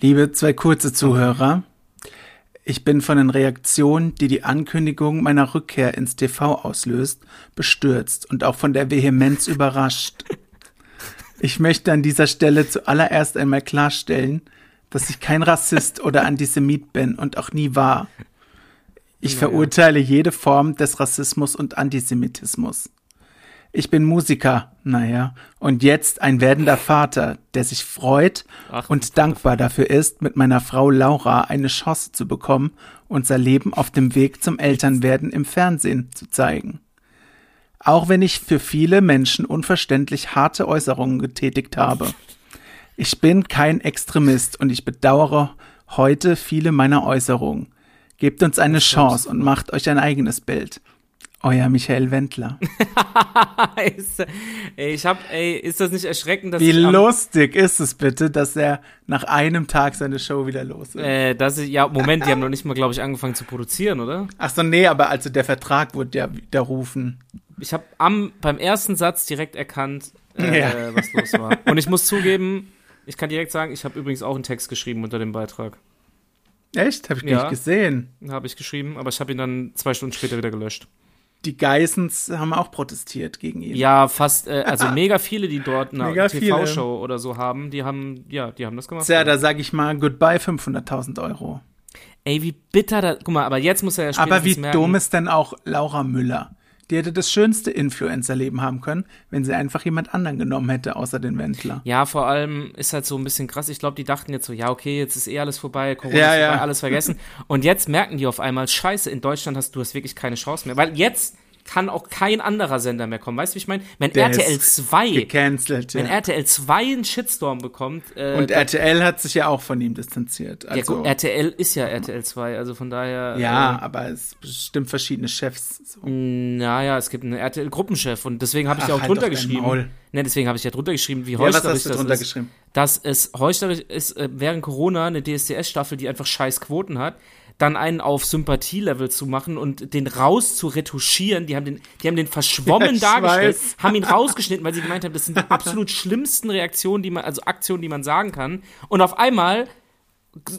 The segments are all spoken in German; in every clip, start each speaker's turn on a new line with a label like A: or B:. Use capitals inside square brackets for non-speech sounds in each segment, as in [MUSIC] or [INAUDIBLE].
A: Liebe zwei kurze Zuhörer, ich bin von den Reaktionen, die die Ankündigung meiner Rückkehr ins TV auslöst, bestürzt und auch von der Vehemenz überrascht. Ich möchte an dieser Stelle zuallererst einmal klarstellen, dass ich kein Rassist oder Antisemit bin und auch nie war. Ich verurteile jede Form des Rassismus und Antisemitismus. Ich bin Musiker, naja, und jetzt ein werdender Vater, der sich freut
B: Ach,
A: und dankbar dafür ist, mit meiner Frau Laura eine Chance zu bekommen, unser Leben auf dem Weg zum Elternwerden im Fernsehen zu zeigen. Auch wenn ich für viele Menschen unverständlich harte Äußerungen getätigt habe. Ich bin kein Extremist und ich bedauere heute viele meiner Äußerungen. Gebt uns eine Chance und macht euch ein eigenes Bild. Euer Michael
B: [LAUGHS]
A: Wendler.
B: ist, ey, ich hab, ey, ist das nicht erschreckend, dass
A: Wie
B: ich am-
A: lustig ist es bitte, dass er nach einem Tag seine Show wieder los ist.
B: äh, dass ich, ja, Moment, die haben noch nicht mal, glaube ich, angefangen zu produzieren, oder?
A: Ach so, nee, aber also der Vertrag wurde ja widerrufen.
B: Ich habe am beim ersten Satz direkt erkannt, äh,
A: Ja.
B: was los war. Und ich muss zugeben, ich kann direkt sagen, ich habe übrigens auch einen Text geschrieben unter dem Beitrag.
A: Echt? Hab ich
B: Ja.
A: nicht gesehen.
B: Habe ich geschrieben, aber ich habe ihn dann zwei Stunden später wieder gelöscht.
A: Die Geissens haben auch protestiert gegen ihn.
B: Ja, fast, äh,
A: [LAUGHS]
B: also mega viele, die dort
A: Mega
B: eine
A: viele.
B: TV-Show oder so haben, die haben, ja, die haben das gemacht.
A: Tja, da sag ich mal, goodbye 500.000 Euro.
B: Ey, wie bitter das. Guck mal, aber jetzt muss er ja
A: Aber wie
B: spätestens merken,
A: dumm ist denn auch Laura Müller? Die hätte das schönste Influencer-Leben haben können, wenn sie einfach jemand anderen genommen hätte, außer den Wendler.
B: Ja, vor allem ist halt so ein bisschen krass. Ich glaube, die dachten jetzt so, ja, okay, jetzt ist eh alles vorbei, Corona
A: Ja,
B: ist
A: ja.
B: vorbei,
A: [LAUGHS]
B: alles vergessen. Und jetzt merken die auf einmal, scheiße, in Deutschland hast du hast wirklich keine Chance mehr. Weil jetzt kann auch kein anderer Sender mehr kommen. Weißt du, wie ich meine? Wenn
A: Der
B: RTL
A: ist
B: 2,
A: Gecancelt,
B: wenn
A: ja.
B: RTL 2 einen Shitstorm bekommt, äh,
A: Und
B: dann-
A: RTL hat sich ja auch von ihm distanziert.
B: ja,
A: Also,
B: gut, RTL ist ja RTL 2, also von daher.
A: ja, aber es bestimmt verschiedene Chefs. So.
B: Naja, ähm, es gibt einen RTL-Gruppenchef und deswegen habe ich ja
A: Ach,
B: auch
A: halt
B: drunter
A: doch dein Maul.
B: geschrieben. Ne, deswegen habe ich ja drunter geschrieben, wie
A: was
B: heuchlerisch
A: hast du
B: das
A: drunter
B: ist.
A: geschrieben?
B: Dass es heuchlerisch ist, äh, während Corona eine DSDS-Staffel, die einfach scheiß Quoten hat, dann einen auf Sympathielevel zu machen und den raus zu retuschieren. Die haben den, die haben den
A: [LAUGHS]
B: verschwommen
A: ich
B: dargestellt,
A: weiß. [LAUGHS]
B: haben ihn rausgeschnitten, weil sie gemeint haben, das sind die absolut schlimmsten Reaktionen, die man, also Aktionen, die man sagen kann. Und auf einmal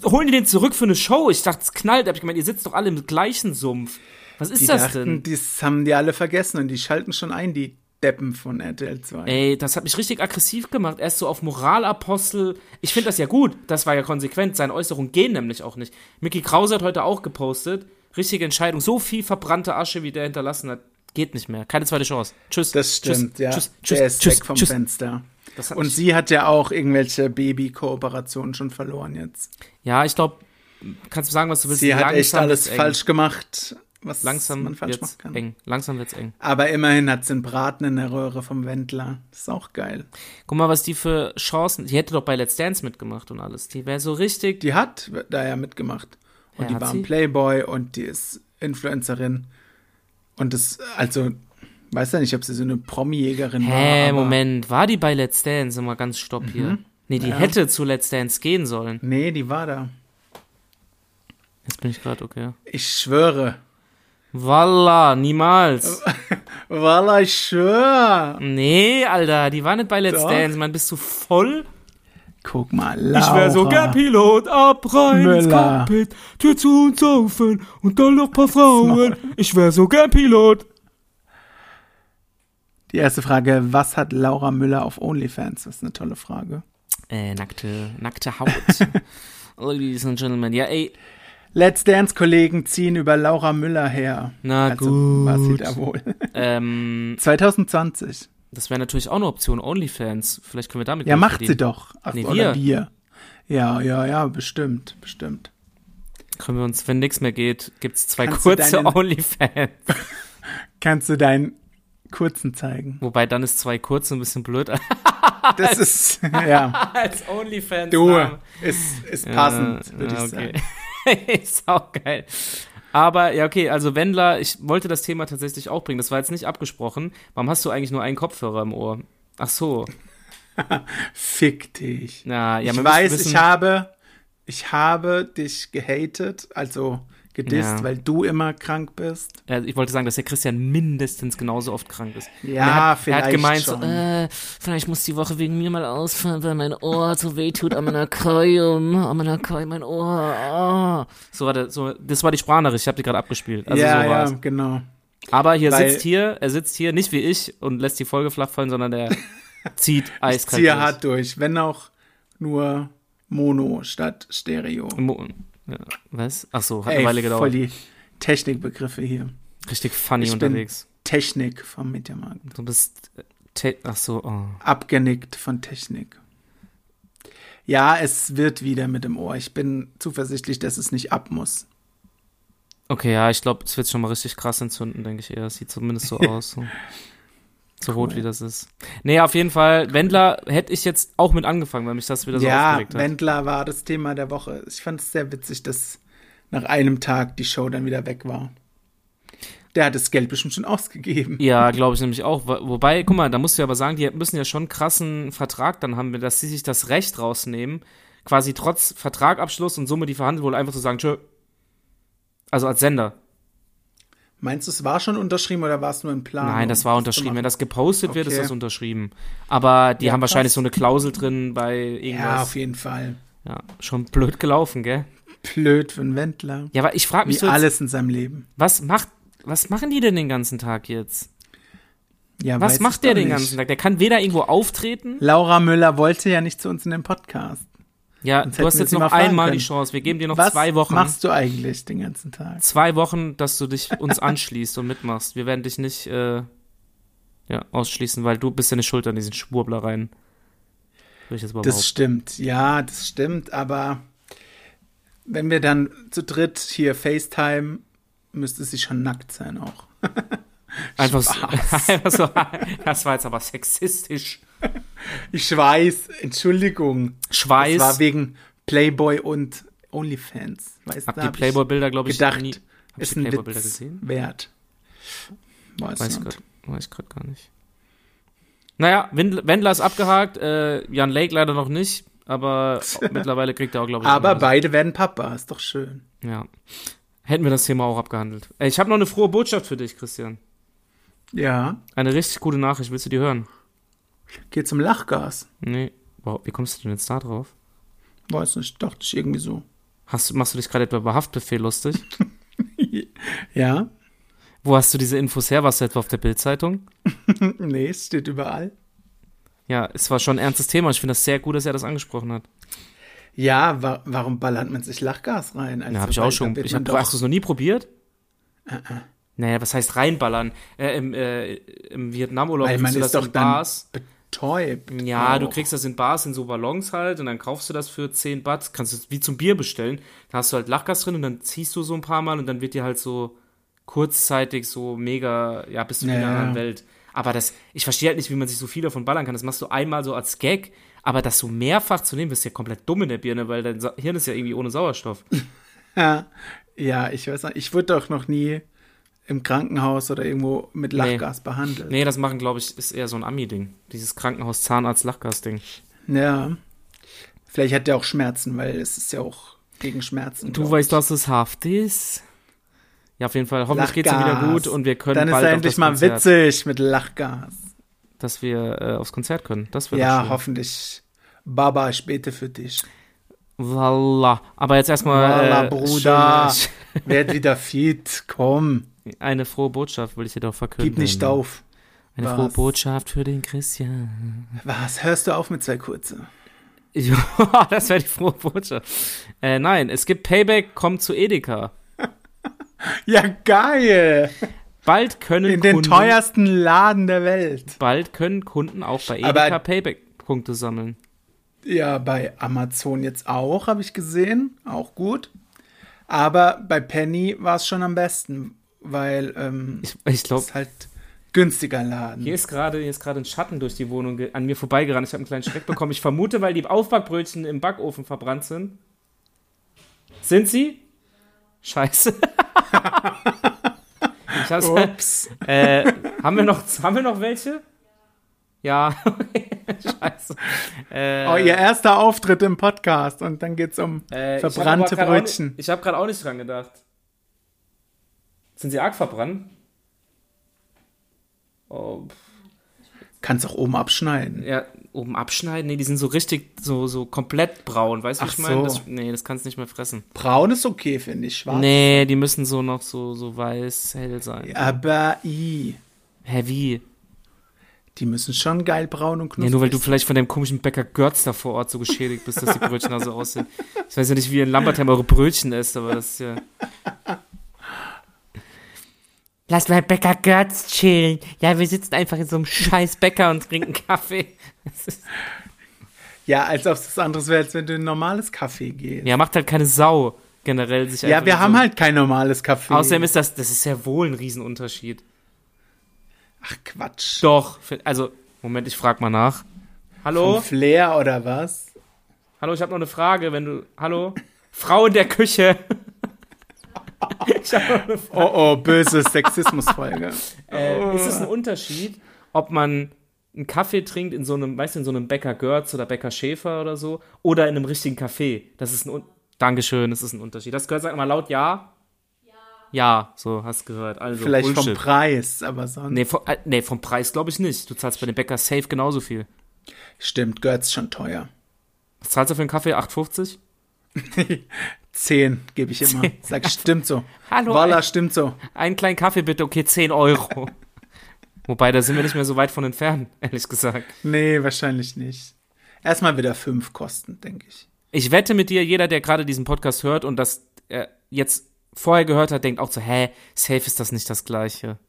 B: holen die den zurück für eine Show. Ich dachte, es knallt. Da habe ich gemeint, ihr sitzt doch alle im gleichen Sumpf. Was ist
A: Die
B: das
A: dachten,
B: denn?
A: das haben die alle vergessen und die schalten schon ein, die Deppen von RTL 2.
B: Ey, das hat mich richtig aggressiv gemacht. Erst so auf Moralapostel. Ich finde das ja gut. Das war ja konsequent. Seine Äußerungen gehen nämlich auch nicht. Mickey Krause hat heute auch gepostet. Richtige Entscheidung. So viel verbrannte Asche, wie der hinterlassen hat. Geht nicht mehr. Keine zweite Chance. Tschüss.
A: Das stimmt,
B: tschüss,
A: ja.
B: Tschüss, tschüss,
A: Der ist
B: tschüss,
A: weg vom
B: tschüss.
A: Fenster.
B: Das hat
A: Und
B: mich-
A: sie hat ja auch irgendwelche Baby-Kooperationen schon verloren jetzt.
B: Ja, ich glaube, kannst du sagen, was du willst.
A: Sie hat echt
B: Langsam
A: alles
B: wird's eng.
A: falsch gemacht, was man
B: Langsam
A: falsch machen
B: wird's
A: kann.
B: eng. Langsam wird's eng.
A: Aber immerhin hat sie einen Braten in der Röhre vom Wendler. Das ist auch geil.
B: Guck mal, was die für Chancen. Die hätte doch bei Let's Dance mitgemacht und alles. Die wäre so richtig.
A: Die hat da ja mitgemacht. Und
B: Ja,
A: die
B: hat
A: war
B: sie?
A: ein Playboy und die ist Influencerin. Und das, also, weiß ja nicht, ob sie so eine Promi-Jägerin war.
B: Hä,
A: aber- Mhm.
B: Moment, war die bei Let's Dance? Immer ganz stopp hier. Nee, die hätte zu Let's Dance gehen sollen.
A: Nee, die war da.
B: Jetzt bin ich gerade okay.
A: Ich schwöre. [LAUGHS]
B: Walla, niemals.
A: Wallah, ich schwöre.
B: Nee, Alter, die war nicht bei Let's
A: Doch.
B: Dance. Man, bist du voll?
A: Guck mal, Laura.
B: Ich wär so gern Pilot, ab rein ins
A: Müller.
B: Cockpit, Tür zu und saufen und dann
A: [LAUGHS]
B: noch paar Frauen. Ich wär so gern Pilot.
A: Die erste Frage, was hat Laura Müller auf OnlyFans? Das ist eine tolle Frage.
B: Äh, nackte, nackte Haut. [LAUGHS] Ladies and Gentlemen, ja ey,
A: Let's Dance-Kollegen ziehen über Laura Müller her.
B: na
A: also war sie
B: gut.
A: da wohl. [LAUGHS]
B: Ähm,
A: 2020.
B: das wäre natürlich auch eine Option, Onlyfans. Vielleicht können wir damit
A: Ja,
B: Geld
A: macht
B: verdienen.
A: sie doch. Ach,
B: Nee,
A: oder
B: wir.
A: wir. Ja, ja, ja, bestimmt, bestimmt.
B: Können wir uns, wenn nichts mehr geht, gibt's zwei
A: Kannst du
B: kurze
A: deinen-
B: Onlyfans.
A: Kannst du deinen kurzen
B: [LAUGHS]
A: zeigen?
B: Wobei dann ist zwei kurze ein bisschen blöd [LAUGHS]
A: Das ist, [LAUGHS] ja,
B: als Onlyfans.
A: du, ist, ist passend, würde ich sagen.
B: sagen. [LAUGHS] ist auch geil. Aber ja, okay, also Wendler, ich wollte das Thema tatsächlich auch bringen. Das war jetzt nicht abgesprochen. Warum hast du eigentlich nur einen Kopfhörer im Ohr? Ach so.
A: Fick dich.
B: Na, ja,
A: ich
B: man müsste
A: weiß,
B: wissen,
A: ich habe, ich habe dich gehatet, also gedisst,
B: Ja.
A: weil du immer krank bist.
B: Äh, ich wollte sagen, dass der Christian mindestens genauso oft krank ist. Und
A: Ja,
B: er hat, Er
A: vielleicht
B: hat gemeint,
A: schon.
B: So, äh, vielleicht muss die Woche wegen mir mal ausfallen, weil mein Ohr so weh tut an meiner Keuum, an meiner Keuum, mein Ohr. ah. So war der, so, das war die Sprachnachricht, ich habe die gerade abgespielt. Also
A: ja,
B: so
A: ja,
B: war's.
A: genau.
B: Aber hier
A: Weil-
B: sitzt hier, er sitzt hier nicht wie ich und lässt die Folge flach fallen,
A: [LAUGHS]
B: sondern der zieht eiskalt.
A: Ziehe
B: durch.
A: hart durch, wenn auch nur Mono statt Stereo.
B: Mo- Ja, was? Ach so, hat
A: Ey,
B: eine Weile gedauert.
A: voll die Technikbegriffe hier.
B: Richtig funny
A: Ich bin-
B: unterwegs.
A: Technik vom Mediamarkt.
B: Du bist. äh, te- Ach so, oh.
A: Abgenickt von Technik. Ja, es wird wieder mit dem Ohr. Ich bin zuversichtlich, dass es nicht ab muss.
B: Okay, ja, ich glaube, es wird schon mal richtig krass entzünden, denke ich eher. Es sieht
A: [LAUGHS]
B: zumindest so aus. So, so rot,
A: Cool.
B: wie das ist. Nee, auf jeden Fall, Wendler hätte ich jetzt auch mit angefangen, weil mich das wieder so
A: ja,
B: aufgeregt hat.
A: Wendler war das Thema der Woche. Ich fand es sehr witzig, dass nach einem Tag die Show dann wieder weg war. Der hat das Geld bestimmt schon ausgegeben.
B: Ja, glaube ich nämlich auch. Wo- Wobei, guck mal, da musst du ja aber sagen, die müssen ja schon einen krassen Vertrag dann haben, dass sie sich das Recht rausnehmen, quasi trotz Vertragabschluss und Summe, die verhandelt wurde, einfach zu sagen, tschö. Also als Sender.
A: Meinst du, es war schon unterschrieben oder war es nur ein Plan?
B: Nein, das
A: um
B: war
A: zu
B: unterschrieben. Wenn
A: machen?
B: das gepostet wird, ist
A: Okay.
B: das unterschrieben. Aber die
A: Ja,
B: haben wahrscheinlich
A: krass.
B: so eine Klausel drin bei
A: Ja,
B: irgendwas.
A: auf jeden Fall.
B: Ja, schon blöd gelaufen, gell?
A: Blöd für einen Wendler.
B: Ja, aber ich frage
A: Wie
B: mich so, jetzt,
A: alles in seinem Leben.
B: was macht, was machen die denn den ganzen Tag jetzt?
A: Ja, weiß
B: Was
A: ich
B: macht der
A: doch
B: den
A: nicht.
B: ganzen Tag? Der kann weder irgendwo auftreten.
A: Laura Müller wollte ja nicht zu uns in den Podcast.
B: Ja,
A: Sonst
B: du hast
A: hätten wir
B: jetzt
A: sie mal
B: noch
A: fragen
B: einmal
A: können.
B: die Chance. Wir geben dir noch
A: Was
B: zwei Wochen.
A: machst du eigentlich den ganzen Tag?
B: Zwei Wochen, dass du dich uns anschließt und mitmachst. Wir werden dich nicht äh, ja, ausschließen, weil du bist ja nicht schuld an diesen Schwurblereien. Würde ich jetzt mal
A: Das stimmt, ja, das stimmt, aber wenn wir dann zu dritt hier FaceTime, müsste sie schon nackt sein auch.
B: Einfach so, [LAUGHS] einfach so. Das war jetzt aber sexistisch.
A: Ich weiß, Entschuldigung. Es war
B: Schweiß.
A: wegen Playboy und OnlyFans. Weißt
B: Hab
A: du,
B: die
A: hab ich
B: Playboy-Bilder, glaube ich,
A: gedacht,
B: nie. Hab ich
A: ist
B: die
A: ein
B: Playboy-Bilder
A: Witz
B: gesehen?
A: wert. Weiß,
B: Weiß ich
A: nicht.
B: grad, weiß ich grad gar nicht. Naja, Wend- Wendler ist abgehakt, äh, Jan Lake leider noch nicht, aber mittlerweile kriegt er auch, glaube ich,
A: Aber
B: andere-
A: beide werden Papa, ist doch schön.
B: Ja. Hätten wir das Thema auch abgehandelt. Äh, ich habe noch eine frohe Botschaft für dich, Christian.
A: Ja,
B: Eine richtig gute Nachricht, willst du die hören?
A: geh zum Lachgas.
B: Nee. Wow, wie kommst du denn jetzt da drauf?
A: Weiß nicht, dachte ich irgendwie so. [LAUGHS]
B: Hast, du- machst du dich gerade etwa über Haftbefehl lustig?
A: Ja,
B: Wo hast du diese Infos her? Warst du etwa auf der Bildzeitung?
A: nee, es steht überall.
B: Ja, es war schon ein ernstes Thema. Ich finde das sehr gut, dass er das angesprochen hat.
A: Ja, wa warum ballert man sich Lachgas rein? Also,
B: Ja, habe ich
A: weil
B: auch schon.
A: da wird
B: Ich
A: man
B: hab,
A: doch- Äh,
B: hast du es noch nie probiert? Naja, was heißt reinballern? Äh, im, äh, Im Vietnamurlaub
A: Weil man
B: kriegst du
A: ist
B: das
A: doch
B: in
A: dann- Oh.
B: Bars.
A: betäubt.
B: Ja,
A: auch.
B: du kriegst das in Bars in so Ballons halt und dann kaufst du das für 10 Baht. Kannst du es wie zum Bier bestellen. Da hast du halt Lachgas drin und dann ziehst du so ein paar Mal und dann wird dir halt so kurzzeitig so mega, ja, bist du wieder in einer
A: Ja.
B: anderen Welt. Aber das, ich verstehe halt nicht, wie man sich so viel davon ballern kann. Das machst du einmal so als Gag, aber das so mehrfach zu nehmen, bist ja komplett dumm in der Birne, weil dein Sa- Hirn ist ja irgendwie ohne Sauerstoff.
A: Ja, ja, ich weiß nicht. Ich wurde doch noch nie im Krankenhaus oder irgendwo mit Lachgas behandelt.
B: Nee, das machen, glaube ich, ist eher so ein Ami-Ding. Dieses Krankenhaus-Zahnarzt-Lachgas-Ding.
A: Ja. Vielleicht hat der auch Schmerzen, weil es ist ja auch gegen Schmerzen.
B: Du
A: glaub
B: weißt,
A: ich.
B: dass es haft ist. Ja, auf jeden Fall. Hoffentlich geht's ihm wieder
A: Lachgas.
B: gut und wir können
A: Dann ist
B: bald
A: er
B: auf
A: endlich
B: das
A: mal
B: Konzert,
A: witzig mit Lachgas.
B: dass wir äh, aufs Konzert können. Das wäre
A: Ja,
B: schön.
A: hoffentlich. Baba, ich bete für dich.
B: Voila. Aber jetzt
A: Voila,
B: erstmal äh,
A: Bruder.
B: schön-
A: Werd wieder fit, komm.
B: eine frohe Botschaft will ich dir doch verkünden.
A: Gib nicht auf.
B: Eine
A: Was?
B: frohe Botschaft für den Christian. [LAUGHS]
A: Was? Hörst du auf mit zwei Kurze?
B: Ja, das wäre die frohe Botschaft. Äh, nein, es gibt Payback, kommt zu Edeka.
A: Ja, geil!
B: Bald können
A: In den
B: Kunden
A: teuersten Laden der Welt.
B: bald können Kunden auch bei
A: Aber-
B: Edeka Payback-Punkte sammeln.
A: Ja, bei Amazon jetzt auch, habe ich gesehen. Auch gut. Aber bei Penny war es schon am besten, weil ähm,
B: Ich, ich glaube,
A: ist halt günstiger Laden.
B: Hier ist gerade hier ist gerade ein Schatten durch die Wohnung ge- an mir vorbeigerannt. Ich habe einen kleinen Schreck bekommen. Ich vermute, weil die Aufbackbrötchen im Backofen verbrannt sind. Sind sie? Scheiße. [LAUGHS] ich hab's,
A: Ups.
B: äh, haben, wir noch, haben wir noch welche? Ja. [LAUGHS] Scheiße. Äh,
A: Oh, ihr erster Auftritt im Podcast und dann geht's um
B: äh, ich hab aber
A: verbrannte
B: grad auch
A: Brötchen.
B: Nicht, ich habe gerade auch nicht dran gedacht. Sind sie arg verbrannt? Oh, pff.
A: Kannst auch oben abschneiden.
B: ja, oben abschneiden? Nee, die sind so richtig, so, so komplett braun. Weißt du, wie
A: Ach
B: ich meine?
A: so.
B: Das, nee, das kannst du nicht mehr fressen.
A: Braun ist okay, finde ich. Schwarz.
B: Nee, die müssen so noch so, so weiß, hell sein.
A: Aber i,
B: Hä, wie?
A: die müssen schon geil braun und knusprig
B: Ja, nur weil du vielleicht von dem komischen Bäcker Görz da vor Ort so geschädigt bist, dass die Brötchen da so aussehen. Ich weiß ja nicht, wie ihr in Lambertheim eure Brötchen isst, aber das ist ja. Lass mal Bäcker Görz chillen. Ja, wir sitzen einfach in so einem scheiß Bäcker und trinken Kaffee.
A: sind. Ja, als ob es was anderes wäre, als wenn du in ein normales Kaffee gehst.
B: Ja, macht halt keine Sau generell sich
A: Ja,
B: einfach
A: wir
B: so.
A: haben halt kein normales Kaffee.
B: Außerdem ist das, das ist ja wohl ein Riesenunterschied.
A: Ach, Quatsch.
B: Doch, für- also, Moment, ich frag mal nach. Hallo?
A: Vom Flair oder was?
B: Hallo, ich habe noch eine Frage, wenn du. Hallo? Frau in der Küche. ich hab noch eine Frage.
A: Oh, oh, böse
B: [LAUGHS]
A: Sexismusfolge.
B: Äh, ist es
A: Oh.
B: ein Unterschied, ob man einen Kaffee trinkt in so einem, weißt du, in so einem Bäcker Görz oder Bäcker Schäfer oder so, oder in einem richtigen Café? Das ist ein Un Dankeschön, das ist ein Unterschied. Das gehört, sag mal laut ja. Ja, so, hast gehört. Also,
A: Vielleicht vom
B: Bullshit.
A: Preis, aber sonst.
B: Nee, vom, äh, nee, vom Preis glaube ich nicht. Du zahlst bei dem Bäcker safe genauso viel.
A: Stimmt, Götz schon teuer. [LAUGHS]
B: Was zahlst du für einen Kaffee? 8,50?
A: Zehn gebe ich immer. Sag, stimmt so.
B: [LAUGHS] Hallo,
A: Walla,
B: ey.
A: stimmt so.
B: Einen kleinen Kaffee bitte, okay,
A: [LAUGHS]
B: 10 Euro. Wobei, da sind wir nicht mehr so weit von entfernt, ehrlich gesagt.
A: Nee, wahrscheinlich nicht. Erstmal wieder fünf kosten, denke ich.
B: Ich wette mit dir, jeder, der gerade diesen Podcast hört und das äh, jetzt vorher gehört hat, denkt auch so, hä, safe ist das nicht das Gleiche.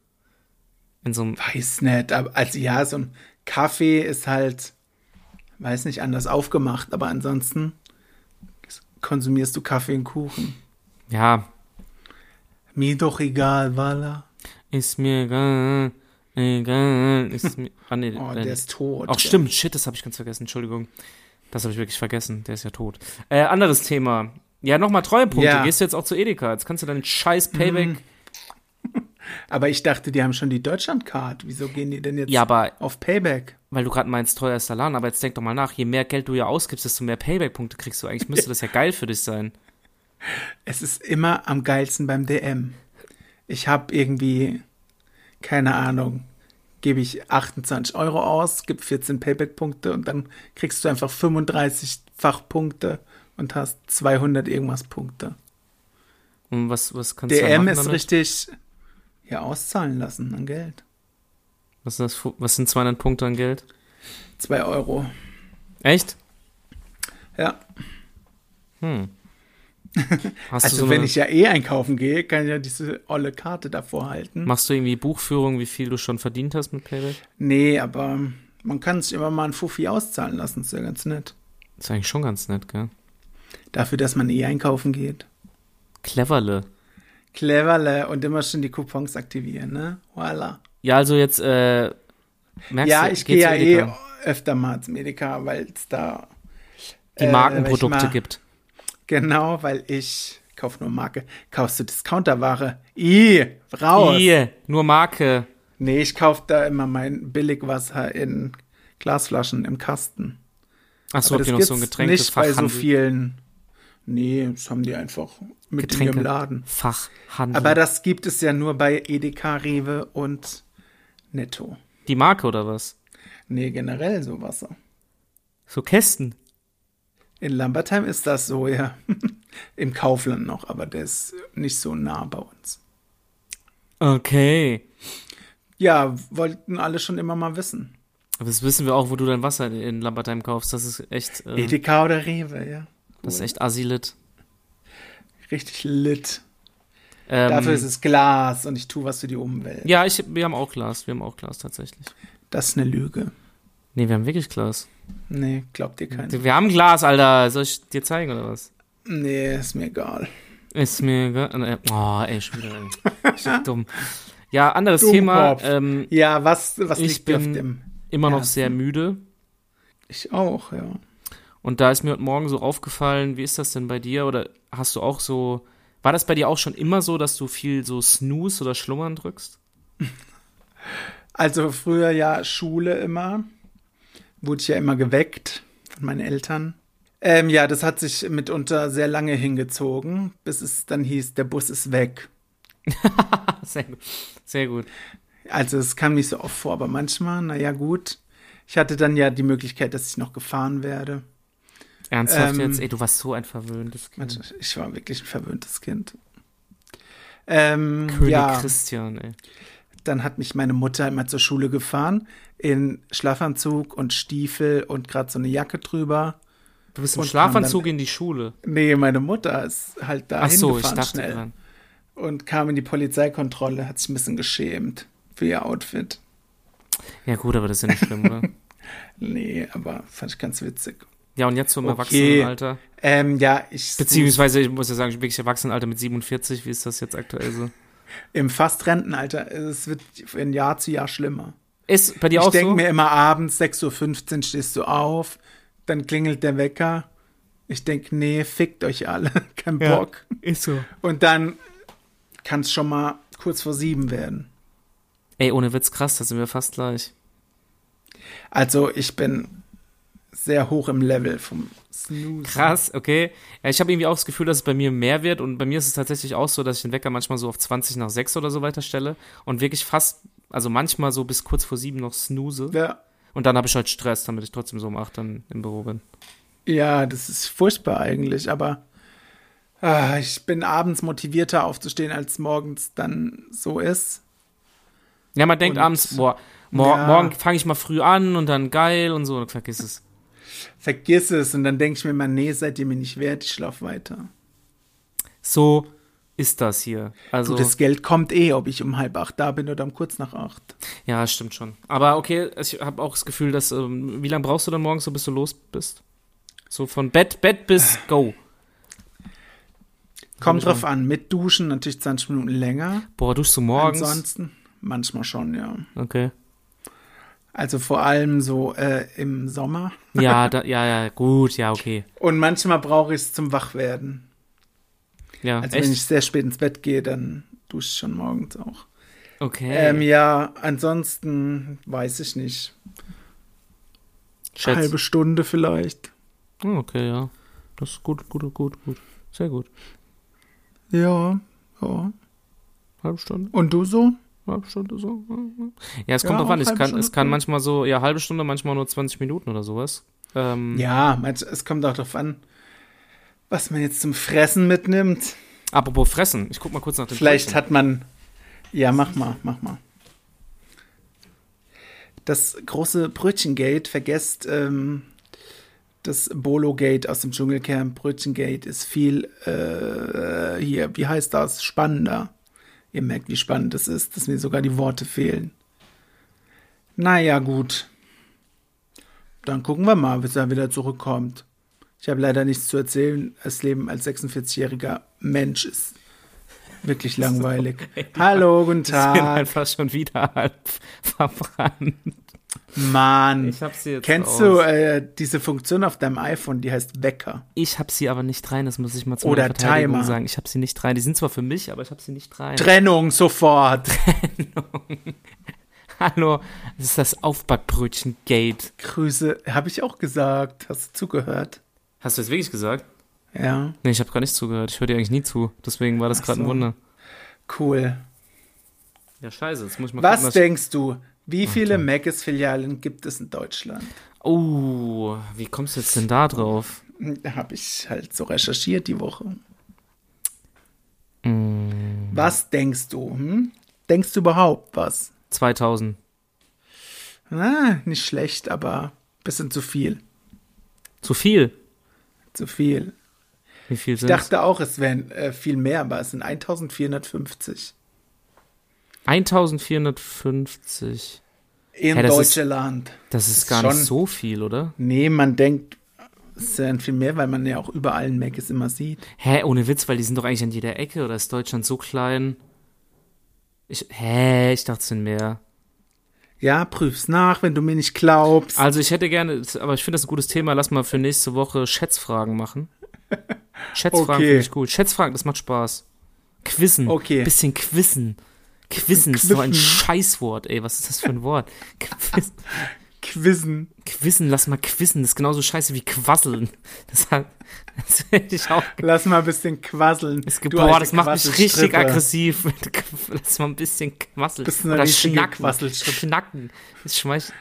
B: In so einem,
A: Weiß nicht, aber also ja, so ein Kaffee ist halt, weiß nicht, anders aufgemacht, aber ansonsten konsumierst du Kaffee und Kuchen.
B: ja,
A: Mir doch egal, Walla.
B: ist mir egal, egal, ist mir, ah nee,
A: [LAUGHS] Oh,
B: äh,
A: der ist tot.
B: Auch stimmt, shit, das habe ich ganz vergessen, Entschuldigung. Das habe ich wirklich vergessen, der ist ja tot. Äh, anderes Thema. Ja, nochmal Treuepunkte.
A: Ja. Mhm.
B: Gehst du jetzt auch zu Edeka? Jetzt kannst du deinen scheiß Payback.
A: Aber ich dachte, die haben schon die Deutschlandcard. Wieso gehen die denn jetzt
B: Ja, aber
A: auf Payback?
B: weil du gerade meinst, teuer ist der Laden, aber jetzt denk doch mal nach, je mehr Geld du ja ausgibst, desto mehr Payback-Punkte kriegst du.
A: [LAUGHS]
B: Eigentlich müsste das ja geil für dich sein.
A: Es ist immer am geilsten beim DM. Ich habe irgendwie, keine Ahnung, gebe ich 28 Euro aus, gib 14 Payback-Punkte und dann kriegst du einfach 35 Fachpunkte und hast 200 irgendwas Punkte.
B: Und was, was kannst du da
A: DM
B: machen
A: ist
B: damit?
A: richtig, ja, auszahlen lassen an Geld.
B: Was, ist das, für- was sind 200 Punkte an Geld?
A: 2 Euro.
B: Echt?
A: Ja,
B: Hm.
A: [LAUGHS]
B: Hast
A: also
B: du so
A: wenn
B: eine,
A: ich ja eh einkaufen gehe, kann ich ja diese olle Karte davor halten.
B: Machst du irgendwie Buchführung, wie viel du schon verdient hast mit Payback?
A: Nee, aber man kann sich immer mal einen Fuffi auszahlen lassen, ist ja ganz nett.
B: Ist eigentlich schon ganz nett, gell?
A: Dafür, dass man eh einkaufen geht.
B: Cleverle.
A: Cleverle und immer schon die Coupons aktivieren, ne? Voila.
B: Ja, also jetzt, äh, merkst
A: Ja,
B: du,
A: ich
B: geh
A: gehe
B: zu
A: ja eh
B: Edeka.
A: öfter mal zum Edeka, weil es da.
B: Die
A: äh,
B: Markenprodukte
A: weil ich mal-
B: gibt.
A: Genau, weil ich kauf nur Marke. Kaufst du Discounterware? I, raus.
B: Hier, nur Marke.
A: Nee, ich kauf da immer mein Billigwasser in Glasflaschen im Kasten.
B: Achso,
A: Aber
B: habt ihr noch so ein
A: gibt's
B: Getränk
A: nicht bei so vielen. Nee, das haben die einfach mit in ihrem Laden.
B: Fachhandel.
A: Aber das gibt es ja nur bei Edeka, Rewe und Netto.
B: die Marke oder was?
A: Nee, generell so Wasser.
B: So Kästen.
A: In Lambertheim ist das so, ja. [LAUGHS] Im Kaufland noch, aber der ist nicht so nah bei uns.
B: Okay.
A: Ja, wollten alle schon immer mal wissen.
B: Aber das wissen wir auch, wo du dein Wasser in Lambertheim kaufst. Das ist echt, äh,
A: Edeka oder Rewe, ja.
B: das ist echt asilit.
A: Richtig lit.
B: Ähm,
A: Dafür ist es Glas und ich tue was für die Umwelt.
B: Ja, ich, wir haben auch Glas. Wir haben auch Glas tatsächlich.
A: Das ist eine Lüge.
B: Nee, wir haben wirklich Glas.
A: Nee, glaubt ihr keiner.
B: Wir haben Glas, Alter. Soll ich dir zeigen oder was?
A: Nee, ist mir egal.
B: Ist mir egal. Oh, ey, schon wieder. ey. Ist doch dumm. Ja, anderes
A: Dummkopf.
B: Thema. Ähm,
A: Ja, was, was
B: Ich
A: liegt dir auf
B: bin-
A: dem?
B: immer noch
A: Ja.
B: sehr müde.
A: Ich auch, ja.
B: Und da ist mir heute Morgen so aufgefallen, wie ist das denn bei dir? Oder hast du auch so, war das bei dir auch schon immer so, dass du viel so Snooze oder Schlummern drückst? [LAUGHS]
A: Also früher ja Schule immer, wurde ich ja immer geweckt von meinen Eltern. Ähm, ja, das hat sich mitunter sehr lange hingezogen, bis es dann hieß, der Bus ist weg.
B: Sehr gut. Sehr gut.
A: Also es kam nicht so oft vor, aber manchmal, naja gut. Ich hatte dann ja die Möglichkeit, dass ich noch gefahren werde.
B: Ernsthaft
A: Ähm,
B: jetzt? Ey, du warst so ein verwöhntes Kind.
A: Mensch, Ich war wirklich ein verwöhntes Kind. Ähm,
B: König
A: ja,
B: Christian, ey.
A: dann hat mich meine Mutter immer zur Schule gefahren, in Schlafanzug und Stiefel und gerade so eine Jacke drüber.
B: Du bist im
A: Und kam
B: Schlafanzug in die Schule.
A: Nee, meine Mutter ist halt da
B: Ach so, ich
A: hingefahren
B: dachte
A: schnell
B: dran.
A: und kam in die Polizeikontrolle, hat sich ein bisschen geschämt für ihr Outfit.
B: Ja gut, aber das ist ja nicht schlimm, oder?
A: [LAUGHS] Nee, aber fand ich ganz witzig.
B: Ja, und jetzt so im
A: Okay.
B: Erwachsenenalter.
A: Ähm, ja, ich
B: Beziehungsweise, ich muss ja sagen, wirklich Erwachsenenalter mit 47. Wie ist das jetzt aktuell so?
A: im fast Rentenalter, es wird von Jahr zu Jahr schlimmer.
B: Ist bei dir
A: ich
B: auch
A: denke
B: so?
A: mir immer abends, 6.15 Uhr stehst du auf, dann klingelt der Wecker. Ich denke, nee, fickt euch alle, [LAUGHS] kein
B: Ja.
A: Bock.
B: ist so.
A: Und dann kann es schon mal kurz vor sieben werden.
B: Ey, ohne Witz, krass, da sind wir fast gleich.
A: Also ich bin sehr hoch im Level vom Snooze.
B: Krass, okay. Ja, ich habe irgendwie auch das Gefühl, dass es bei mir mehr wird und bei mir ist es tatsächlich auch so, dass ich den Wecker manchmal so auf 20 nach 6 oder so weiterstelle und wirklich fast, also manchmal so bis kurz vor 7 noch snooze.
A: Ja,
B: Und dann habe ich halt Stress, damit ich trotzdem so um 8 dann im Büro bin.
A: ja, das ist furchtbar eigentlich, aber ah, ich bin abends motivierter aufzustehen, als morgens dann so ist.
B: Ja, man denkt
A: Und-
B: abends, boah, mor
A: Ja.
B: morgen fange ich mal früh an und dann geil und so und vergiss es.
A: Vergiss es und dann denke ich mir immer, nee, seid ihr mir nicht wert, ich schlaf weiter.
B: So ist das hier. Also,
A: Du, das Geld kommt eh, ob ich um halb acht da bin oder um kurz nach acht.
B: ja, stimmt schon. Aber okay, ich habe auch das Gefühl, dass, ähm, wie lange brauchst du dann morgens, so bis du los bist? So von Bett, Bett bis Go.
A: Kommt
B: ich
A: drauf an, mit Duschen natürlich 20 Minuten länger.
B: Boah, duschst du morgens?
A: Ansonsten manchmal schon, ja.
B: Okay.
A: Also vor allem so äh, im Sommer.
B: Ja, [LAUGHS] da, ja, ja, gut, ja, okay.
A: Und manchmal brauche ich es zum Wachwerden.
B: Ja,
A: Also wenn ich
B: echt?
A: sehr spät ins Bett gehe, dann dusche ich schon morgens auch.
B: Okay.
A: Ähm, ja, ansonsten weiß ich nicht.
B: Schätz.
A: Halbe Stunde vielleicht.
B: Hm, Okay, ja. Das ist gut, gut, gut, gut. Sehr gut.
A: Ja, ja.
B: Halbe Stunde,
A: Und du so?
B: halbe Stunde so. hm, hm. Ja, es kommt
A: Ja,
B: drauf an.
A: auch
B: Es
A: halbe
B: kann,
A: Stunde
B: es
A: ist
B: kann
A: gut.
B: manchmal so, ja, halbe Stunde, manchmal nur 20 Minuten oder sowas. Ähm,
A: Ja, manch- es kommt auch drauf an, was man jetzt zum Fressen mitnimmt.
B: Apropos Fressen, ich guck mal kurz nach dem
A: Vielleicht
B: [LAUGHS] Brötchen.
A: hat man. Ja, mach mal, mach mal. Das große Brötchengate, vergesst ähm, das Bolo-Gate aus dem Dschungelcamp. Brötchengate ist viel äh, hier, wie heißt das? Spannender. Ihr merkt, wie spannend es ist, dass mir sogar die Worte fehlen. Naja, gut. Dann gucken wir mal, bis er wieder zurückkommt. Ich habe leider nichts zu erzählen. Das Leben als 46-jähriger Mensch ist wirklich langweilig. [LAUGHS] Hallo, guten
B: Ich bin
A: Tag.
B: einfach schon wieder halb verbrannt.
A: Mann.
B: Ich hab sie jetzt
A: Kennst
B: aus.
A: du äh, diese Funktion auf deinem iPhone, die heißt Wecker?
B: Ich hab sie aber nicht rein, das muss ich mal zu
A: Oder
B: meiner Verteidigung
A: Timer.
B: sagen. Ich hab sie nicht rein. Die sind zwar für mich, aber ich hab sie nicht rein.
A: Trennung sofort.
B: Hallo, das ist das Aufbackbrötchen-Gate.
A: Grüße, habe ich auch gesagt. Hast du zugehört?
B: Hast du das wirklich gesagt?
A: Ja,
B: Nee, ich habe gar nicht zugehört. Ich höre dir eigentlich nie zu. Deswegen war das
A: Ach
B: gerade ein
A: so.
B: Wunder.
A: cool.
B: Ja, scheiße. Jetzt muss ich mal
A: Was
B: gucken,
A: denkst du, wie viele Mc's-Filialen gibt es in Deutschland?
B: Oh, wie kommst du jetzt denn da drauf?
A: Da habe ich halt so recherchiert die Woche.
B: Mm.
A: Was denkst du? Hm? Denkst du überhaupt was?
B: 2000.
A: Ah, nicht schlecht, aber bisschen zu viel.
B: Zu viel.
A: Zu viel.
B: Wie viel
A: Ich
B: sind
A: dachte auch, es wären äh, viel mehr, aber es sind 1450
B: 1450.
A: in
B: Hä, das ist-
A: Deutschland.
B: Das ist
A: Ist
B: gar
A: schon-
B: nicht so viel, oder?
A: nee, man denkt, es wären viel mehr, weil man ja auch überall einen Mc's immer sieht.
B: Hä, ohne Witz, weil die sind doch eigentlich an jeder Ecke. Oder ist Deutschland so klein? Ich, hä, ich dachte, es sind mehr.
A: Ja, prüf's nach, wenn du mir nicht glaubst.
B: Also ich hätte gerne, aber ich finde das ein gutes Thema. Lass mal für nächste Woche Schätzfragen
A: [LAUGHS]
B: machen. Schätzfragen
A: Okay.
B: finde ich gut. Schätzfragen, das macht Spaß. Quizzen.
A: Okay.
B: Bisschen Quizzen. Quizzen ist so ein
A: Quiffen. [LAUGHS]
B: Scheißwort, ey. Was ist das für ein Wort? Quiz
A: Quizzen.
B: Quizzen, lass mal quizzen. Das ist genauso scheiße wie quasseln. [LAUGHS] Das, hat, das hätte ich auch.
A: [LAUGHS] Lass mal ein bisschen quasseln.
B: Es gibt,
A: du
B: boah,
A: alte
B: das macht mich richtig
A: Quasselstrippe.
B: aggressiv. [LAUGHS] Lass mal ein bisschen quasseln.
A: Bist du eine
B: Oder
A: richtige
B: schnacken.
A: Quasselstrippe?
B: Schnacken. Das schmeißt.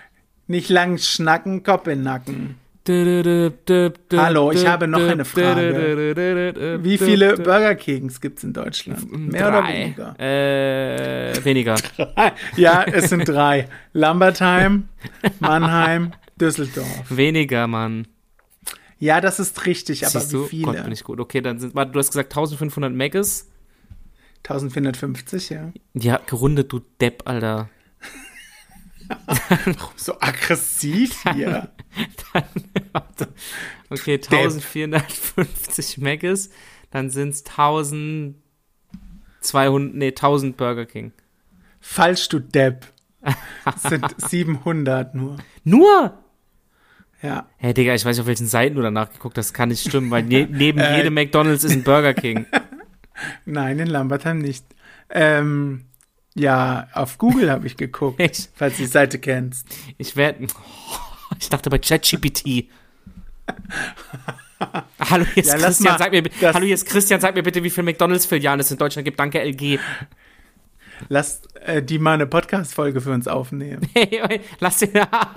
A: Nicht lang schnacken, Kopf in den Nacken. Hallo,
B: Hallo,
A: ich habe noch eine
B: Frage.
A: Wie viele Burger Kings gibt's in Deutschland? Mehr oder weniger?
B: Äh,
A: [LAUGHS]
B: weniger.
A: Ja, es sind drei. Lambertheim, Mannheim, Düsseldorf.
B: Weniger, Mann.
A: Ja, das ist richtig, aber
B: Siehst du?
A: wie viele?
B: Gott, bin ich gut. Okay, dann sind. Warte, du hast gesagt 1500 Megas.
A: 1450, ja.
B: Ja, gerundet, du Depp, Alter.
A: So aggressiv hier. [LAUGHS]
B: [LAUGHS] Okay, 1450 Megas. Dann sind es 1200. Nee, 1000 Burger King.
A: Falsch, du Depp. Es sind 700 nur.
B: Nur!
A: Ja.
B: Hey, Digga, ich weiß nicht, auf welchen Seiten du danach geguckt hast. Kann nicht stimmen, weil ne neben
A: Äh.
B: jedem McDonalds ist ein
A: [LAUGHS]
B: Burger King.
A: Nein, in Lambertheim nicht. Ähm, ja, auf Google habe ich geguckt,
B: Echt?
A: falls du die Seite kennst.
B: Ich werde. [LAUGHS] ich dachte bei ChatGPT. hallo, hier ist
A: Ja, lass
B: Christian,
A: mal
B: sag mir,
A: das-
B: hallo, hier ist Christian, sag mir bitte, wie viele McDonalds-Filialen es in Deutschland gibt. Danke, LG.
A: Lass äh, die mal eine Podcast-Folge für uns aufnehmen.
B: [LAUGHS] Hey, hey, lass,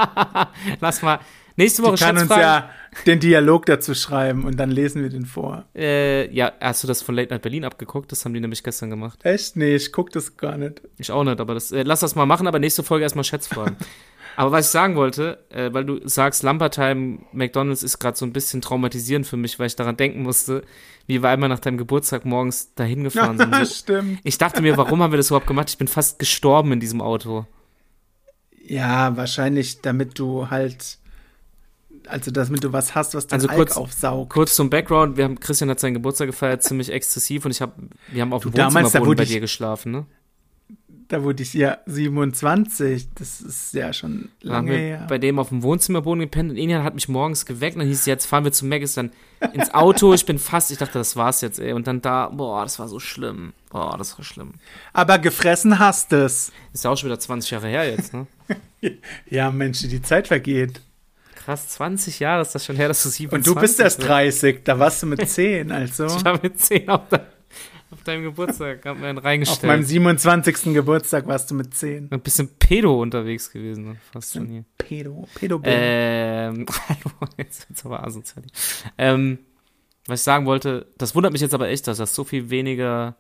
B: [LAUGHS] lass mal. Nächste Woche
A: Die kann uns
B: Schätzfragen.
A: ja den Dialog dazu schreiben und dann lesen wir den vor.
B: Äh, ja, hast du das von Late Night Berlin abgeguckt? Das haben die nämlich gestern gemacht.
A: Echt? Nee, ich guck das gar nicht.
B: Ich auch nicht, aber das, äh, lass das mal machen, aber nächste Folge erstmal Schätzfragen.
A: [LAUGHS]
B: aber was ich sagen wollte, äh, weil du sagst, Lambertheim McDonalds ist gerade so ein bisschen traumatisierend für mich, weil ich daran denken musste, wie wir einmal nach deinem Geburtstag morgens dahin gefahren sind. So,
A: [LAUGHS] Stimmt.
B: ich dachte mir, warum haben wir das überhaupt gemacht? Ich bin fast gestorben in diesem Auto.
A: Ja, wahrscheinlich, damit du halt, also damit du was hast, was den
B: Also
A: Alk
B: kurz-
A: aufsaugt.
B: Kurz zum Background, wir haben, Christian hat seinen Geburtstag gefeiert, ziemlich exzessiv und ich hab, wir haben auf dem
A: Du, damals, da
B: Wohnzimmerboden
A: wurde
B: bei
A: ich-
B: dir geschlafen, ne?
A: Da wurde ich ja 27. Das ist ja schon
B: Dann haben
A: lange
B: wir
A: her.
B: bei dem auf dem Wohnzimmerboden gepennt und Enian hat mich morgens geweckt und dann hieß es, jetzt fahren wir zu Maggis dann ins Auto. Ich bin fast, ich dachte, das war's jetzt, ey. Und dann da, boah, das war so schlimm. Boah, das war schlimm.
A: Aber gefressen hast es.
B: Ist ja auch schon wieder 20 Jahre her
A: [LAUGHS]
B: jetzt, ne?
A: Ja, Mensch, die Zeit vergeht.
B: Krass, 20 Jahre ist das schon her, dass du 27
A: Und du bist erst
B: bist.
A: 30, da warst du mit 10, also
B: [LAUGHS] Ich war mit 10 auf, de auf deinem Geburtstag, hab mir einen
A: auf meinem
B: reingestellt.
A: 27. Geburtstag warst du mit 10.
B: Ein bisschen pedo unterwegs gewesen, ne? fast schon hier.
A: Pedo, Pedo äh,
B: Ähm, [LAUGHS] hallo, jetzt wird's aber asozial. Ähm, was ich sagen wollte, das wundert mich jetzt aber echt, dass das so viel weniger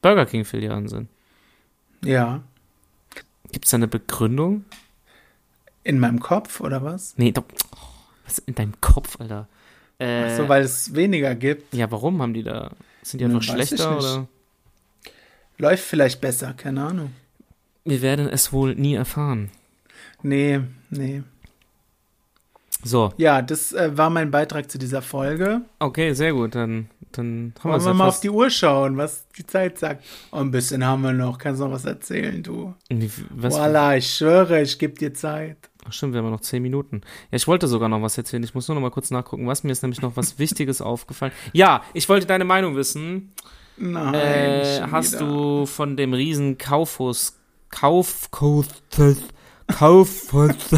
B: Burger King-Filialen sind.
A: Ja,
B: Gibt's da eine Begründung?
A: in meinem Kopf oder was?
B: Nee, doch. Oh, was ist in deinem Kopf, Alter? Äh,
A: Ach so, weil es weniger gibt.
B: ja, warum haben die da? Sind die
A: Hm,
B: einfach
A: weiß ich
B: schlechter
A: nicht.
B: oder?
A: Läuft vielleicht besser, keine Ahnung.
B: Wir werden es wohl nie erfahren.
A: Nee, nee.
B: So,
A: Ja, das äh, war mein Beitrag zu dieser Folge.
B: okay, sehr gut. Dann, dann haben
A: Wollen
B: wir's ja
A: wir mal auf
B: fast.
A: die Uhr schauen, was die Zeit sagt. Oh, ein bisschen haben wir noch. Kannst noch was erzählen, du?
B: Wie- Was,
A: Voila, ich schwöre, ich gebe dir Zeit.
B: Ach stimmt, wir haben ja noch zehn Minuten. Ja, ich wollte sogar noch was erzählen. Ich muss nur noch mal kurz nachgucken, was mir ist nämlich
A: [LAUGHS]
B: noch was Wichtiges aufgefallen. Ja, ich wollte deine Meinung wissen.
A: Nein.
B: Äh,
A: schon
B: hast
A: wieder.
B: du von dem riesen Kaufhaus Kauf Kauf Kaufhaus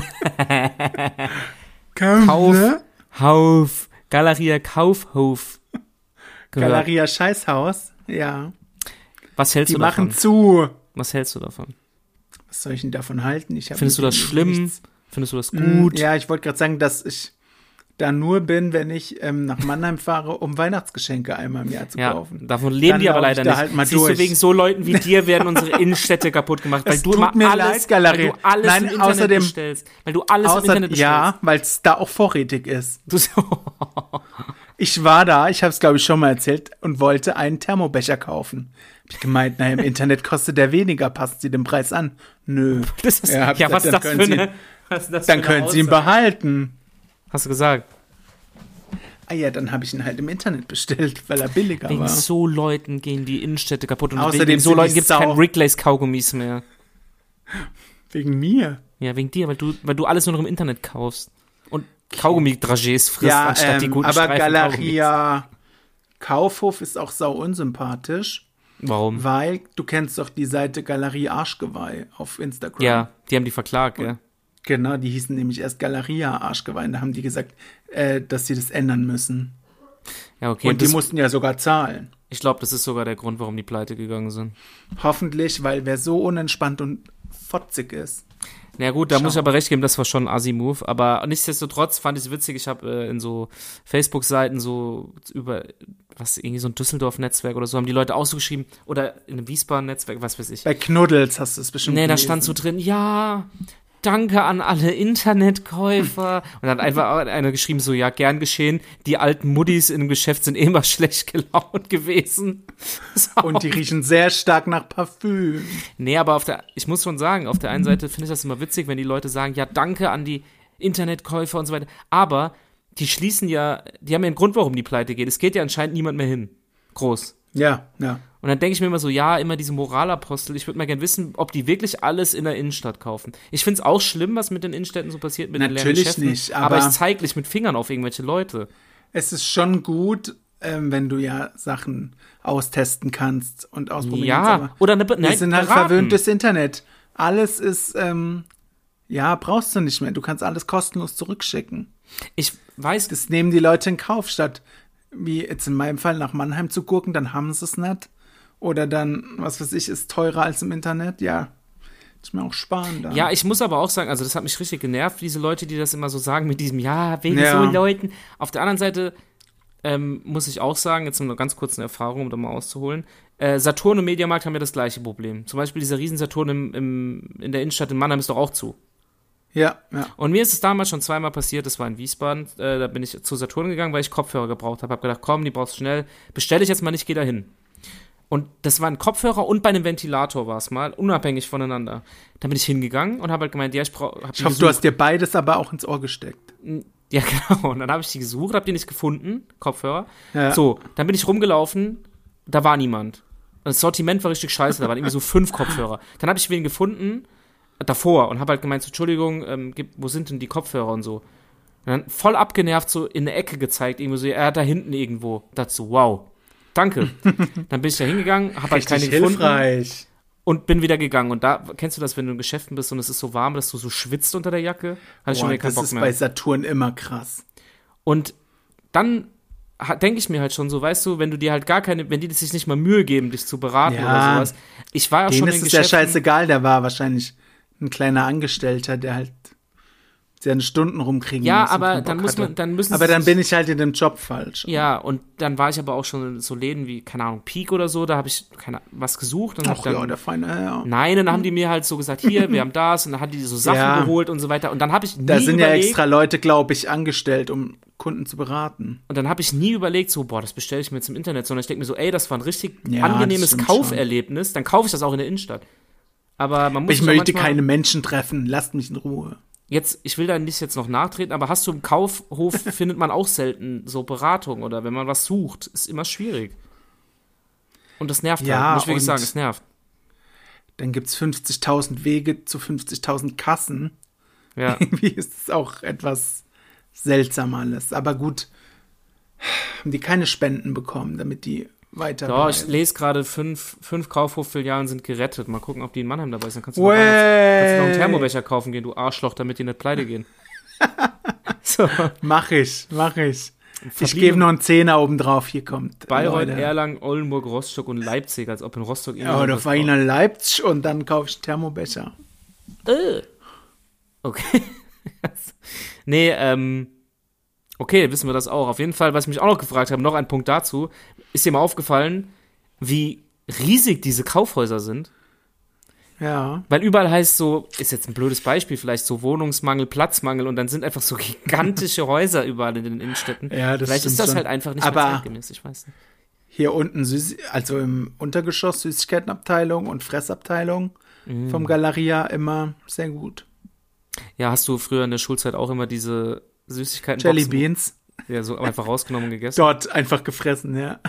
A: Kauf,
B: Kauf-
A: ne?
B: Hauf Galeria Kaufhof gehört?
A: Galeria Scheißhaus. Ja.
B: Was hältst
A: Die
B: du davon?
A: machen zu.
B: Was hältst du davon?
A: Was soll ich denn davon halten? Ich hab
B: Findest du
A: mit
B: das
A: denen
B: schlimm?
A: nichts.
B: Findest du das
A: Mm,
B: gut?
A: Ja, ich wollte gerade sagen, dass ich da nur bin, wenn ich ähm, nach Mannheim fahre, um Weihnachtsgeschenke einmal im Jahr zu
B: Ja,
A: kaufen.
B: davon leben
A: Dann
B: die aber
A: lauf ich
B: leider
A: da
B: nicht.
A: halt mal
B: Siehst
A: durch.
B: du, wegen so Leuten wie dir werden
A: [LAUGHS]
B: unsere Innenstädte kaputt gemacht, weil
A: Es
B: du
A: tut
B: immer
A: mir
B: alles,
A: leid, Galerie.
B: weil du alles
A: Nein,
B: im Internet
A: außerdem-
B: bestellst, weil du alles im Internet
A: Außer,
B: bestellst.
A: ja, weil es da auch vorrätig ist.
B: Du so, [LAUGHS]
A: Ich war da, ich habe es glaube ich schon mal erzählt und wollte einen Thermobecher kaufen. Hab ich gemeint, naja, im Internet kostet der weniger, passen Sie den Preis an? Nö.
B: [LAUGHS] das ist,
A: Ja,
B: ja,
A: hab ich
B: was ist das
A: gesagt, dann
B: für
A: können
B: eine, was ist das
A: Dann
B: für eine
A: können Sie ihn
B: Aussage?
A: behalten.
B: Hast du gesagt,
A: Ah ja, dann habe ich ihn halt im Internet bestellt, weil er billiger
B: wegen
A: war.
B: so Leuten gehen die Innenstädte kaputt und
A: Außerdem
B: wegen so
A: sind die
B: Leuten gibt es
A: Sau.
B: keinen Wrigley's Kaugummis mehr.
A: Wegen mir.
B: Ja, wegen dir, weil du, weil du alles nur noch im Internet kaufst und Kaugummi-Dragés frisst,
A: ja,
B: anstatt die
A: ähm,
B: guten
A: aber
B: Streifen Kaugummis.
A: Galeria Kaufhof ist auch sau unsympathisch,
B: Warum?
A: weil du kennst doch die Seite Galerie Arschgeweih auf Instagram.
B: Ja, die haben die verklagt, ja.
A: Genau, die hießen nämlich erst Galeria Arschgeweih. Da haben die gesagt, äh, dass sie das ändern müssen.
B: Ja, okay.
A: Und die
B: das-
A: mussten ja sogar zahlen.
B: ich glaube, das ist sogar der Grund, warum die pleite gegangen sind.
A: Hoffentlich, weil wer so unentspannt und fotzig ist.
B: Na gut, da
A: Schau.
B: muss ich aber recht geben, das war schon ein Assi-Move. Aber nichtsdestotrotz fand ich es witzig. Ich habe äh, in so Facebook-Seiten so über, was, irgendwie so ein Düsseldorf-Netzwerk oder so, haben die Leute auch so geschrieben. Oder in einem Wiesbaden-Netzwerk, was weiß ich.
A: Bei Knuddels hast du es bestimmt
B: Nee, da
A: gelesen.
B: stand so drin, ja, danke an alle Internetkäufer.
A: [LAUGHS]
B: Und dann hat einfach einer geschrieben, so, ja, gern geschehen, die alten Muddis in dem Geschäft sind immer [LAUGHS] schlecht gelaunt gewesen. [LAUGHS] So.
A: Und die riechen sehr stark nach Parfüm.
B: nee, aber auf der, ich muss schon sagen, auf der einen Seite finde ich das immer witzig, wenn die Leute sagen, ja, danke an die Internetkäufer und so weiter. Aber die schließen ja, die haben ja einen Grund, warum die pleite geht. Es geht ja anscheinend niemand mehr hin. Groß.
A: Ja, ja.
B: Und dann denke ich mir immer so, ja, immer diese Moralapostel. Ich würde mal gerne wissen, ob die wirklich alles in der Innenstadt kaufen. Ich finde es auch schlimm, was mit den Innenstädten so passiert, mit den leeren
A: Natürlich
B: Geschäften.
A: nicht,
B: aber,
A: aber-
B: ich zeige nicht mit Fingern auf irgendwelche Leute.
A: Es ist schon gut, ähm, wenn du ja Sachen austesten kannst und ausprobieren kannst.
B: Ja,
A: aber
B: oder eine Be-
A: Wir
B: nein,
A: sind halt
B: beraten.
A: verwöhntes Internet. Alles ist, ähm, ja, brauchst du nicht mehr. Du kannst alles kostenlos zurückschicken.
B: Ich weiß,
A: Das nehmen die Leute in Kauf, statt wie jetzt in meinem Fall nach Mannheim zu gucken, dann haben sie es nicht. Oder dann, was weiß ich, ist teurer als im Internet. Ja, muss ich mir auch sparen da.
B: ja, ich muss aber auch sagen, also das hat mich richtig genervt, diese Leute, die das immer so sagen mit diesem, ja, wegen
A: Ja.
B: so Leuten. Auf der anderen Seite ähm, muss ich auch sagen, jetzt eine ganz kurze Erfahrung, um da mal auszuholen. Äh, Saturn und Mediamarkt haben ja das gleiche Problem. Zum Beispiel dieser riesen Saturn im, im, in der Innenstadt in Mannheim ist doch auch zu.
A: ja, ja.
B: Und mir ist es damals schon zweimal passiert, das war in Wiesbaden, äh, da bin ich zu Saturn gegangen, weil ich Kopfhörer gebraucht habe. Hab gedacht, komm, die brauchst du schnell, bestelle ich jetzt mal nicht, geh da hin. Und das war ein Kopfhörer und bei einem Ventilator war es mal, unabhängig voneinander. Da bin ich hingegangen und habe halt gemeint, ja, ich brauche. Hab die
A: Ich hoffe, du
B: gesucht.
A: hast dir beides aber auch ins Ohr gesteckt.
B: Ja, [LAUGHS] genau. Und dann habe ich die gesucht, habe die nicht gefunden, Kopfhörer.
A: Ja.
B: So, dann bin ich rumgelaufen, da war niemand. Und Das Sortiment war richtig scheiße, da
A: [LAUGHS]
B: waren irgendwie so fünf Kopfhörer. Dann habe ich wen gefunden äh, davor und habe halt gemeint, so, Entschuldigung, ähm, gib- wo sind denn die Kopfhörer und so. Und dann voll abgenervt so in eine Ecke gezeigt, irgendwie so, ja, da hinten irgendwo. Dachte so, wow,
A: [LAUGHS]
B: danke. dann bin ich da hingegangen, habe halt keine gefunden und bin wieder gegangen. Und da, kennst du das, wenn du in Geschäften bist und es ist so warm, dass du so schwitzt unter der Jacke? Hatte ich schon
A: Boah,
B: wieder keinen
A: das
B: Bock
A: ist
B: mehr.
A: bei Saturn immer krass.
B: Und dann denke ich mir halt schon so, weißt du, wenn du dir halt gar keine, wenn die sich nicht mal Mühe geben, dich zu beraten
A: Ja.
B: oder sowas. Ich war ja
A: Denen
B: schon
A: ist
B: in
A: es ja
B: Geschäften-
A: scheißegal, der war wahrscheinlich ein kleiner Angestellter, der halt seine Stunden rumkriegen
B: Ja,
A: muss und
B: aber
A: keinen
B: dann
A: Bock
B: muss man,
A: hatte.
B: dann müssen sie
A: aber dann
B: sich-
A: bin ich halt in dem Job falsch.
B: Ja, und dann war ich aber auch schon in so Läden wie, keine Ahnung, Peak oder so, da habe ich keine, was gesucht und hab
A: Ach
B: dann.
A: ja, der Feine, ja, ja.
B: Nein, und dann haben die mir halt so
A: [LAUGHS]
B: gesagt, hier, wir haben das, und dann hat die so Sachen
A: Ja.
B: geholt und so weiter. Und dann habe ich nie
A: Da sind ja
B: überlegt,
A: extra Leute, glaube ich, angestellt, um Kunden zu beraten.
B: Und dann habe ich nie überlegt, so, boah, das bestelle ich mir jetzt im Internet, sondern ich denke mir so, ey, das war ein richtig
A: Ja, das
B: angenehmes
A: stimmt
B: Kauferlebnis, dann kaufe ich das auch in der Innenstadt. Aber man muss
A: Ich
B: ja
A: möchte
B: manchmal-
A: keine Menschen treffen, lasst mich in Ruhe.
B: jetzt, ich will da nicht jetzt noch nachtreten, aber hast du im
A: [LAUGHS]
B: Kaufhof, findet man auch selten so Beratung oder wenn man was sucht, ist immer schwierig. Und das nervt
A: Ja,
B: halt, muss ich wirklich
A: und-
B: sagen, es nervt.
A: Dann gibt es 50.000 Wege zu 50.000 Kassen. [LAUGHS]
B: Ja.
A: Irgendwie ist es auch etwas seltsam alles. Aber gut, haben die keine Spenden bekommen, damit die weiter.
B: Doch, ich lese gerade, fünf, fünf Kaufhof-Filialen sind gerettet. Mal gucken, ob die in Mannheim dabei sind. Kannst du, noch, einen, kannst du noch einen
A: Way.
B: Thermobecher kaufen gehen, du Arschloch, damit die nicht pleite gehen. so,
A: [LAUGHS] Mach ich, mach ich. Ich
B: Verblieben-
A: gebe noch einen Zehner oben drauf, hier kommt.
B: Bayreuth,
A: Leute.
B: Erlangen, Oldenburg, Rostock und Leipzig, als ob in Rostock
A: Ja,
B: irgendjemand
A: oder
B: was
A: fahre ich nach Leipzig und dann kaufe ich Thermobecher.
B: Äh. Okay. [LAUGHS] nee, ähm. Okay, wissen wir das auch. Auf jeden Fall, was ich mich auch noch gefragt habe, noch ein Punkt dazu. Ist dir mal aufgefallen, wie riesig diese Kaufhäuser sind?
A: Ja.
B: Weil überall heißt so, ist jetzt ein blödes Beispiel vielleicht, so Wohnungsmangel, Platzmangel und dann sind einfach so [LAUGHS] gigantische Häuser überall in den Innenstädten.
A: Ja, das
B: vielleicht ist
A: stimmt
B: das
A: schon.
B: halt einfach nicht
A: Aber-
B: mehr zeitgemäß, ich weiß nicht.
A: Hier unten, Süß also im Untergeschoss, Süßigkeitenabteilung und Fressabteilung
B: Mhm.
A: vom Galeria immer sehr gut.
B: Ja, hast du früher in der Schulzeit auch immer diese Süßigkeiten
A: Jelly Beans,
B: Ja, so einfach rausgenommen und gegessen?
A: dort einfach gefressen, ja.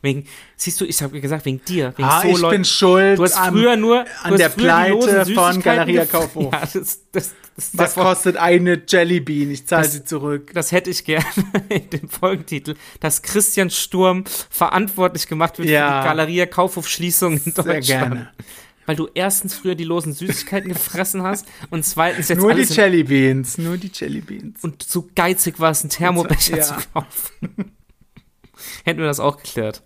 B: Wegen, siehst du, ich habe gesagt, wegen dir, wegen
A: Ah,
B: so
A: ich
B: Leuten.
A: bin schuld.
B: Du hast
A: am-
B: früher nur du
A: an
B: hast
A: der
B: früher die losen
A: Pleite von
B: Süßigkeiten
A: Galeria
B: gef-
A: Kaufhof.
B: Ja, das, das, das, das,
A: was
B: das,
A: kostet eine Jelly Bean? Ich zahle sie zurück.
B: das hätte ich gerne [LAUGHS] in dem Folgentitel, dass Christian Sturm verantwortlich gemacht wird
A: Ja.
B: für die Galeria Kaufhof Schließung in
A: Sehr
B: Deutschland.
A: gerne.
B: weil du erstens früher die losen Süßigkeiten [LAUGHS] gefressen hast und zweitens jetzt
A: Nur die
B: alles in-
A: Jellybeans, nur die Jellybeans.
B: und so geizig war es, einen Thermobecher
A: Ja.
B: zu kaufen. [LAUGHS] Hätten wir das auch geklärt.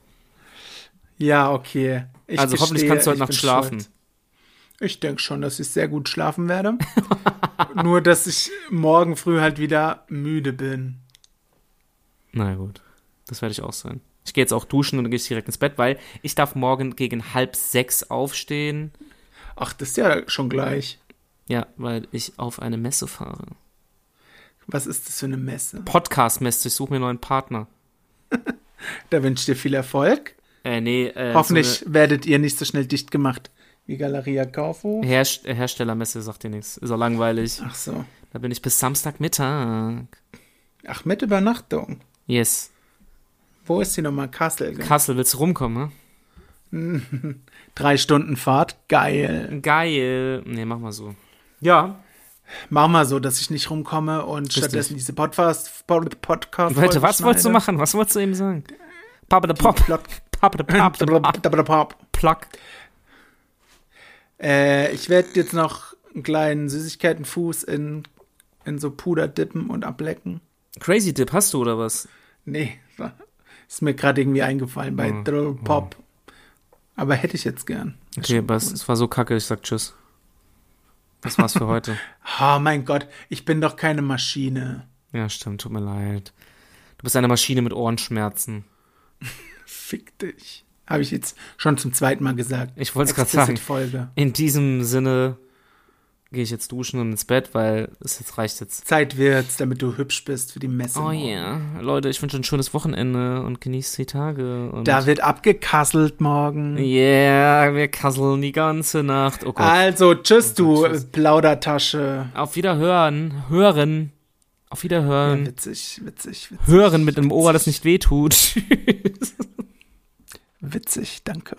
A: Ja, okay. Ich
B: also hoffentlich
A: gestehe,
B: kannst du heute
A: ich
B: Nacht
A: bin
B: schlafen.
A: schuld. Ich denke schon, dass ich sehr gut schlafen werde. [LAUGHS] nur, dass ich morgen früh halt wieder müde bin.
B: Na gut, das werde ich auch sein. Ich gehe jetzt auch duschen und dann gehe ich direkt ins Bett, weil ich darf morgen gegen halb sechs aufstehen.
A: Ach, das ist ja schon gleich.
B: Ja, weil ich auf eine Messe fahre.
A: Was ist das für eine Messe?
B: Podcast-Messe, ich suche mir einen neuen Partner.
A: Da wünsche ich dir viel Erfolg.
B: Äh, nee, äh,
A: Hoffentlich
B: So
A: werdet ihr nicht so schnell dicht gemacht wie Galeria Kaufhof.
B: eine Herst äh, Herstellermesse sagt dir nichts. Ist auch langweilig.
A: Ach so.
B: Da bin ich bis Samstagmittag.
A: Ach, mit Übernachtung.
B: Yes.
A: Wo ist die nochmal? Kassel. gell?
B: Kassel, willst du rumkommen,
A: Drei Stunden Fahrt. Geil.
B: ne? Geil. Nee, mach mal so. Ja.
A: Mach mal so, dass ich nicht rumkomme und stattdessen diese Podcast. Pod, Podcast
B: Warte, was wolltest du machen? Was wolltest du eben sagen? Papa de Pop. Papa de
A: [LAUGHS]
B: Pop. de Pop. Plack.
A: Äh, ich werde jetzt noch einen kleinen Süßigkeitenfuß in, in so Puder dippen und ablecken.
B: Crazy Dip hast du oder was?
A: Nee, war- ist mir gerade irgendwie eingefallen bei
B: Hm,
A: Drill Pop. Aber hätte ich jetzt gern.
B: Okay, was? Es war so kacke, ich sag Tschüss. Das war's für heute.
A: Oh mein Gott, ich bin doch keine Maschine.
B: Ja, stimmt, tut mir leid. Du bist eine Maschine mit Ohrenschmerzen.
A: Fick dich. Habe ich jetzt schon zum zweiten Mal gesagt.
B: Ich wollte es gerade sagen.
A: Folge.
B: In diesem Sinne gehe ich jetzt duschen und ins Bett, weil es jetzt reicht jetzt.
A: Zeit wird's, damit du hübsch bist für die Messe.
B: Oh
A: morgen.
B: yeah. Leute, ich wünsche ein schönes Wochenende und genießt die Tage. Und
A: Da wird abgekasselt morgen.
B: yeah, wir kasseln die ganze Nacht. Oh Gott.
A: Also, tschüss, du Plaudertasche.
B: Auf Wiederhören. Hören. Auf
A: Ja,
B: Wiederhören.
A: witzig, witzig, witzig.
B: [LAUGHS] Hören mit einem Ohr, das nicht wehtut. Tschüss.
A: Witzig, danke.